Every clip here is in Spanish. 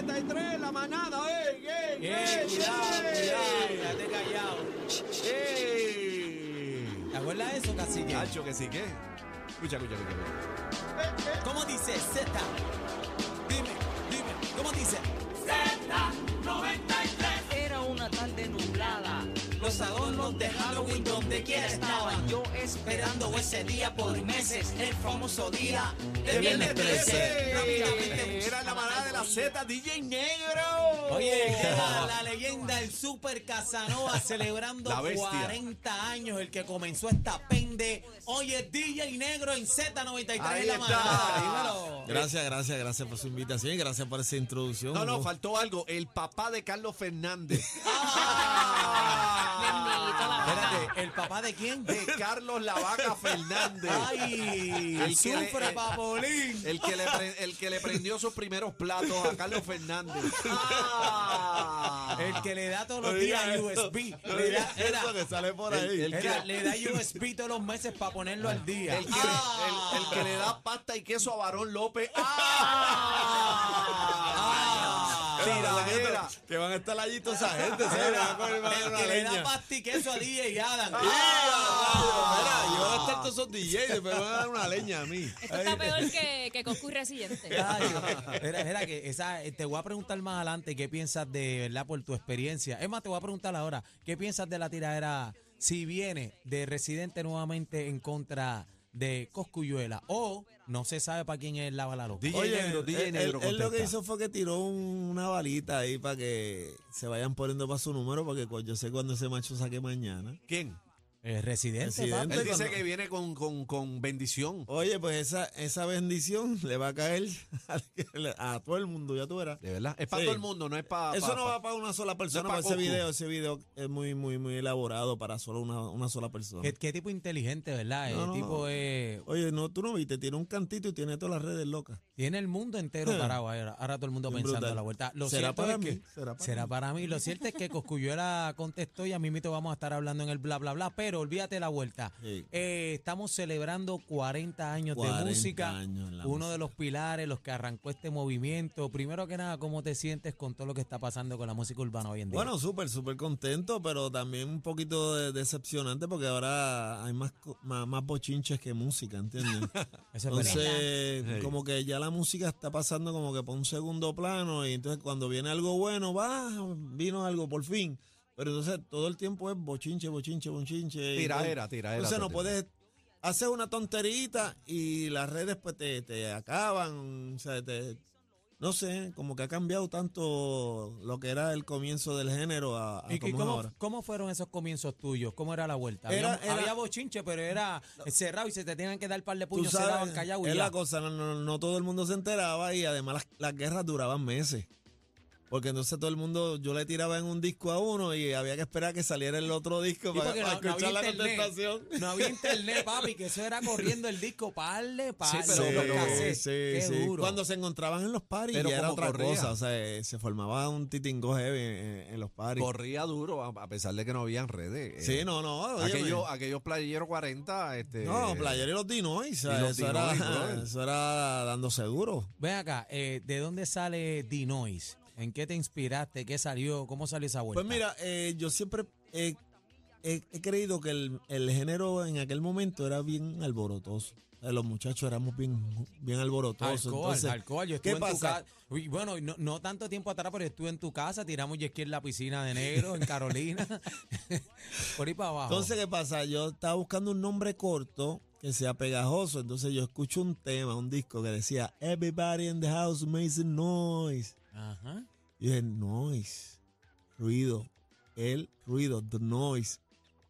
de tres, la manada, ey, ey, ¡Eh, ey, cuidado, ey. cuidado! Ya te he callado. ¡Ey! ¿Te acuerdas de eso, cacique? Cacho, que sí, ¿qué? Escucha, escucha, escucha. escucha. ¿Cómo dice Z? Dime, dime, ¿cómo dice? Era una tarde nublada. Los adornos de Halloween donde quiera estaban. Yo Yo esperando esperando ese día por meses, el famoso día de El viernes 13. Rápidamente. Ey, Era la manada de la Z, DJ Negro. Oye, queda la leyenda, el super Casanova celebrando La bestia. 40 años, el que comenzó esta pende. Oye, DJ Negro en Z93 Ahí en la está. manada. Dímelo. Gracias, gracias, gracias por su invitación y gracias por esa introducción. No, no, Un- faltó algo. El papá de Carlos Fernández. Ah. Espérate, ¿el papá de quién? De Carlos Lavaca Fernández. Ay, El que sufre, le- eh, el- papolín. El que, le pre- el que le prendió sus primeros platos a Carlos Fernández. Ah. El que le da todos los Oiga días eso. USB. Le Oiga da, era- eso que sale por el- ahí. el- era- que- le da USB todos los meses para ponerlo al día. El que, le- Ah. el- el que le da pasta y queso a Barón López. ¡Ah! Ah. Tiradera. que van a estar allí toda esa gente, ¿sabes? Van a coger y van a dar El una que le leña. da pasta y queso a DJ y Adam. Ah, mira, yo voy a estar todos esos DJs, pero van a dar una leña a mí. Esto está peor que, que Coscu y Residente. Ay, mira, mira que esa, eh, te voy a preguntar más adelante qué piensas de verdad por tu experiencia. Es más, te voy a preguntar ahora, ¿qué piensas de la tiradera si viene de residente nuevamente en contra de Coscuyuela? O no se sabe para quién es la bala loca. DJ Negro, DJ él, Negro él- él lo que contesta. hizo fue que tiró un- una balita ahí para que se vayan poniendo para su número, porque cu- yo sé cuándo ese macho saque mañana. ¿Quién? Eh, residente, Residente. papi. Él dice cuando- que viene con, con- con bendición. Oye, pues esa, esa bendición le va a caer al que le- a, todo el mundo, ya tú verás. De verdad. Es para Sí. todo el mundo, no es para. Eso no va para una sola persona, No es pa' porque ese Goku. video, ese video es muy, muy, muy elaborado para solo una, una sola persona. ¿Qué, qué tipo inteligente, ¿verdad? No, El no, tipo no. eh, Oye, no, tú no viste, tiene un cantito y tiene todas las redes locas. tiene el mundo entero parado. Ahora, ahora todo el mundo Bien pensando Eh. brutal. a la vuelta. Lo ¿Será cierto para es mí? que- ¿Será para será mí? para mí. Lo cierto es que Coscuyuela contestó y a mí vamos a estar hablando en el bla, bla, bla. Pero olvídate la vuelta. Sí. Eh, estamos celebrando 40 años 40 de música. años en la uno música. de los pilares, los que arrancó este movimiento. Primero que nada, ¿cómo te sientes con todo lo que está pasando con la música urbana hoy en día? Bueno, súper, súper contento, pero también un poquito de- decepcionante porque ahora hay más, co- más, más bochinches que música, ¿entiendes? Eso es verdad. Entonces, Hey. como que ya la música está pasando como que por un segundo plano y entonces cuando viene algo bueno, va, vino algo por fin. Pero entonces todo el tiempo es bochinche, bochinche, bochinche. y Tiradera, entonces- tiradera, Entonces no todo el puedes, haces una tonterita y las redes pues te, te acaban, o sea, te- no sé, como que ha cambiado tanto lo que era el comienzo del género a, a ¿Y, y como es cómo, Ah, ahora. cómo fueron esos comienzos tuyos? ¿Cómo era la vuelta? Era- había, era- había bochinche, pero era cerrado y se te tenían que dar un par de puños, se daban callados y es ya. la cosa, no, no- no todo el mundo se enteraba y además las, las guerras duraban meses. Porque entonces todo el mundo, yo le tiraba en un disco a uno y había que esperar a que saliera el otro disco Sí, para, porque para no- no escuchar había la internet. contestación. No había internet, papi, que eso era corriendo el disco, parle, parle. pero- los pero- cassettes. Qué duro. Cuando se encontraban en los paris Pero ya era como otra corría. cosa, o sea, eh, se formaba un titingo heavy en, en los paris. Corría duro, a a pesar de que no habían redes. Sí, Eh, no, no, óyeme. Aquellos, aquellos playeros 40, eh, este. No, Player y los Dinois, o sea, y los eso, era- Dinois, brother. eso era dándose duro. Ven acá, eh, ¿de dónde sale D-Noise? ¿En qué te inspiraste? ¿Qué salió? ¿Cómo salió esa vuelta? Pues mira, eh, yo siempre he, he- he creído que el, el género en aquel momento era bien alborotoso. Eh, Los muchachos éramos bien, bien alborotosos. Alcohol, Entonces, alcohol. Yo estuve ¿qué en tu pasa? casa. Uy, Bueno, no, no tanto tiempo atrás, pero estuve en tu casa, tiramos jet ski en la piscina de negro, en Carolina. Por ahí para abajo. Entonces, ¿qué pasa? Yo estaba buscando un nombre corto que sea pegajoso. Entonces yo escucho un tema, un disco que decía Everybody in the house making noise. Ajá. Y dije, noise, ruido, el ruido, the noise.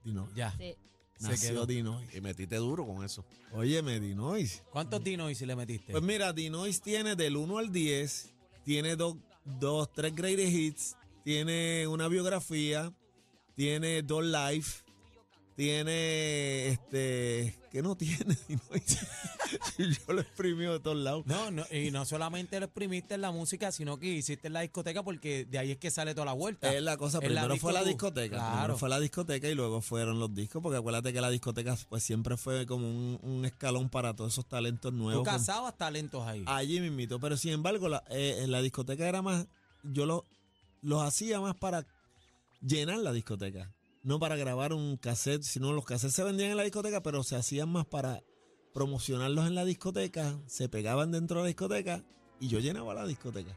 Dino, Ya. Sí. se nació quedó. Dinois. Y metiste duro con eso. Óyeme, Dinois. ¿Cuántos dinos si le metiste? Pues mira, Dinois tiene del 1 al 10, tiene dos, dos, tres greatest hits, tiene una biografía, tiene dos live, tiene este. ¿Qué no tiene Dinois? Yo lo exprimí de todos lados. No, no, y no solamente lo exprimiste en la música, sino que hiciste en la discoteca porque de ahí es que sale toda la vuelta. Es la cosa, Es Ah, la primero fue la disco- discoteca, Claro. primero fue la discoteca y luego fueron los discos, porque acuérdate que la discoteca pues siempre fue como un, un escalón para todos esos talentos Tú nuevos. Ah, casabas talentos ahí. Allí mismito, pero sin embargo la, eh, la discoteca era más yo los, los hacía más para llenar la discoteca, no para grabar un cassette, sino los cassettes se vendían en la discoteca, pero se hacían más para promocionarlos en la discoteca, se pegaban dentro de la discoteca y yo llenaba la discoteca.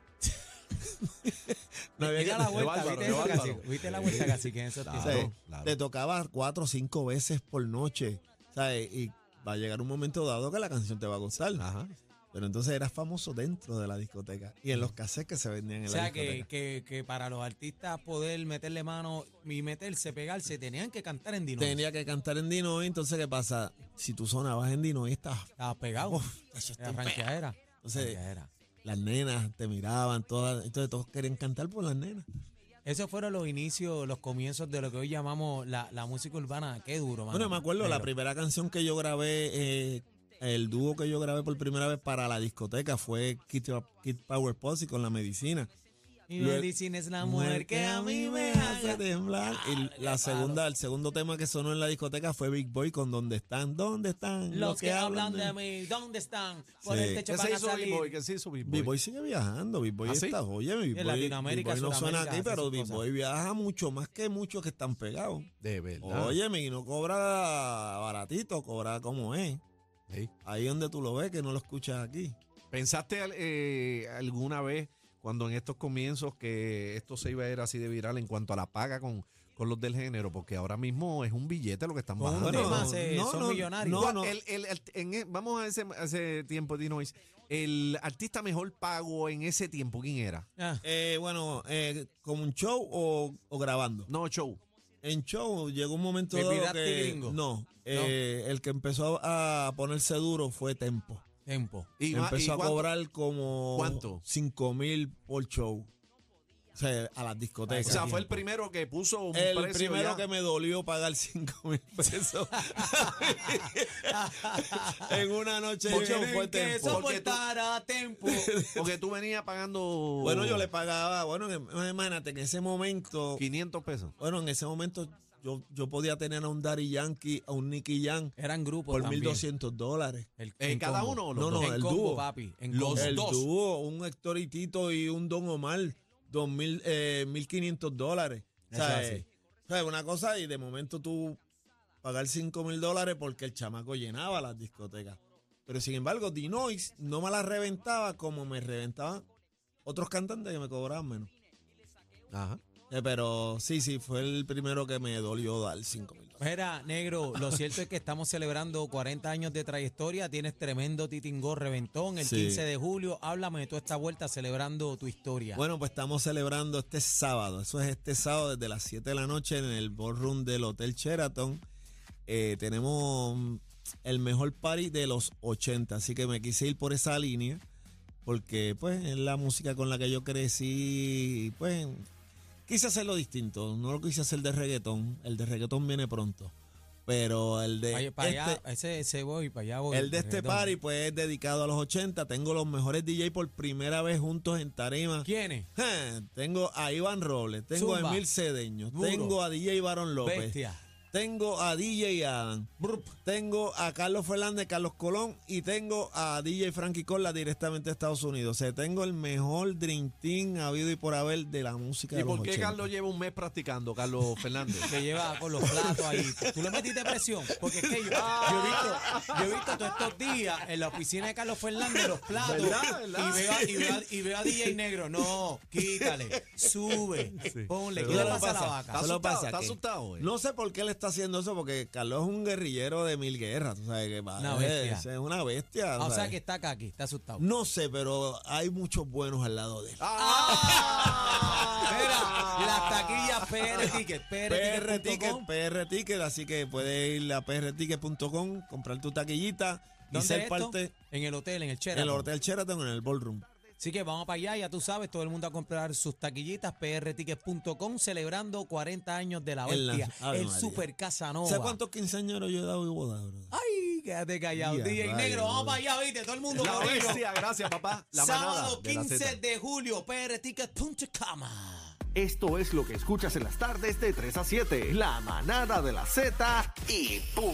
no Mira que- la qué vuelta, bárbaro, ¿viste qué eso, bárbaro. cacique? ¿Viste la vuelta, cacique, en esos Claro. o sea, tiempos? claro. Te tocaba cuatro o cinco veces por noche, ¿sabes? Y va a llegar un momento dado que la canción te va a gustar. Pero entonces eras famoso dentro de la discoteca y en los cassettes que se vendían en O la sea, que, discoteca. que, que para los artistas poder meterle mano y meterse, pegarse, tenían que cantar en dinero. Tenía que cantar en Dinoy, entonces ¿qué pasa? Si tú sonabas en Dinoy, estabas... Estaba pegado. eso era está ranqueadera. Entonces, Ranqueadera. las nenas te miraban, todas, entonces todos querían cantar por las nenas. Esos fueron los inicios, los comienzos de lo que hoy llamamos la, la música urbana. Qué duro, mano. Bueno, me acuerdo la Pero- primera canción que yo grabé, eh, el dúo que yo grabé por primera vez para la discoteca fue Kid, Kid Power Posse con la medicina. Mi Luego- medicina es la mujer que a mí me hace. temblar. Y la segunda, el segundo tema que sonó en la discoteca fue Big Boy con ¿Dónde están? ¿Dónde están? Los que hablan de mí, ¿dónde están? Por Sí. el techo ¿Qué se van a hizo salir. B-Boy? ¿Qué se hizo Big B-Boy? Boy sigue viajando, Big Boy ¿Ah, sí? está, oye, Big Boy, Latinoamérica, Big Boy no suena Sudamérica, aquí, hace pero sus Big cosas. Boy viaja mucho, más que muchos que están pegados. De Óyeme, y no cobra baratito, cobra como es. Sí. Ahí donde tú lo ves, que no lo escuchas aquí. ¿Pensaste al- eh, alguna vez cuando en estos comienzos que esto se iba a ir así de viral en cuanto a la paga con, con los del género? Porque ahora mismo es un billete lo que están Con un bajando. Bueno, tema se- no, son no, millonarios. no, no. El- el- el- en e- vamos a ese, a ese tiempo, Dinois. El artista mejor pago en ese tiempo, ¿quién era? Ah, Eh, bueno, eh, ¿como un show o, o grabando? No, show. En show llegó un momento Baby dado Daddy que- gringo. no, eh, el que empezó a a ponerse duro fue Tempo. tiempo. Y ma- y empezó a cuánto- cobrar como ¿Cuánto? 5 mil por show. O sea, a las discotecas. O sea, fue el primero que puso un El precio primero ya. que me dolió pagar 5 mil pesos en una noche de show fue Tienen que Tempo. soportar a tiempo. Porque tú venías pagando Bueno, yo le pagaba, bueno, que- imagínate que en ese momento 500 pesos. Bueno, en ese momento yo, yo podía tener a un Daddy Yankee, a un Nicky Yan Eran grupos por también. 1.200 dólares. El- Eh, en ¿cada combo. uno o los No, no, dos? en el combo, dúo. papi. En Los combo. el dos. dúo, un Héctor y Tito y un Don Omar, 2.000, eh, 1.500 dólares. O Eso sea, es así. eh, o sea, una cosa y de momento tú pagar 5.000 dólares porque el chamaco llenaba las discotecas. Pero sin embargo, Dinois no me las reventaba como me reventaban otros cantantes que me cobraban menos. Ajá. Eh, pero sí, sí, fue el primero que me dolió dar 5.000 dólares. Mira, negro, lo cierto es que estamos celebrando 40 años de trayectoria. Tienes tremendo titingó reventón. El Sí. 15 de julio, háblame de toda esta vuelta celebrando tu historia. Bueno, pues estamos celebrando este sábado. Eso es este sábado desde las 7 de la noche en el ballroom del Hotel Sheraton. Eh, tenemos mm, el mejor party de los 80, así que me quise ir por esa línea porque pues es la música con la que yo crecí, y, pues quise hacerlo distinto, no lo quise hacer de reggaetón, el de reggaetón viene pronto, pero el de Oye, para allá, este- ese, ese voy, para allá voy. el de este Perdón. party pues es dedicado a los 80, tengo los mejores DJ por primera vez juntos en tarima. ¿Quién es? Ah, Tengo a Iván Robles, tengo Zumba. a Emil Cedeño, Duro. tengo a DJ Barón López, Bestia. tengo a DJ Adam, tengo a Carlos Fernández, Carlos Colón y tengo a DJ Frankie Cola directamente de Estados Unidos. O sea, tengo el mejor Dream Team habido y por haber de la música ¿Y de los por qué 80. Carlos lleva un mes practicando, Carlos Fernández? que lleva con los platos ahí. Tú le metiste presión. Porque es que yo, yo he visto, yo he visto todos estos días en la oficina de Carlos Fernández los platos. ¿Verdad? ¿Verdad? Y, veo, a- y, veo, a- y veo a DJ Negro. No, quítale, sube, ponle. ¿Qué Pero le lo pasa a la pasa, vaca? ¿Está Solo asustado? pasa ¿Está que- asustado? eh? güey? No sé por qué él está haciendo eso, porque Carlos es un guerrillero de mil guerras. tú sabes que va- eh, Una bestia. Es, es una bestia. Ah, o sea ¿sabes? que está acá aquí, está asustado. No sé, pero hay muchos buenos al lado de él. Ah. Espera, las taquillas PR Ticket, PR PR Ticket. Ticket, PR Ticket, así que puedes ir a prticket.com, comprar tu taquillita y ¿Dónde ser es esto? parte En el hotel, en el del Sheraton. Hotel Sheraton en el Ballroom. Así que vamos para allá, ya tú sabes, todo el mundo a comprar sus taquillitas, prtickets.com, celebrando 40 años de la En la- bestia, Ave el María. Super Casanova. ¿Sabes cuántos quinceañeros yo he dado y boda, bro? Ay, quédate callado, Ya, DJ rayos, Negro, vamos bro. para allá, viste, todo el mundo La conmigo. bestia, gracias, papá. La Sábado manada de la 15 Zeta. de julio, prtickets.com. Esto es lo que escuchas en las tardes de 3 a 7. La manada de la Z y ¡pum!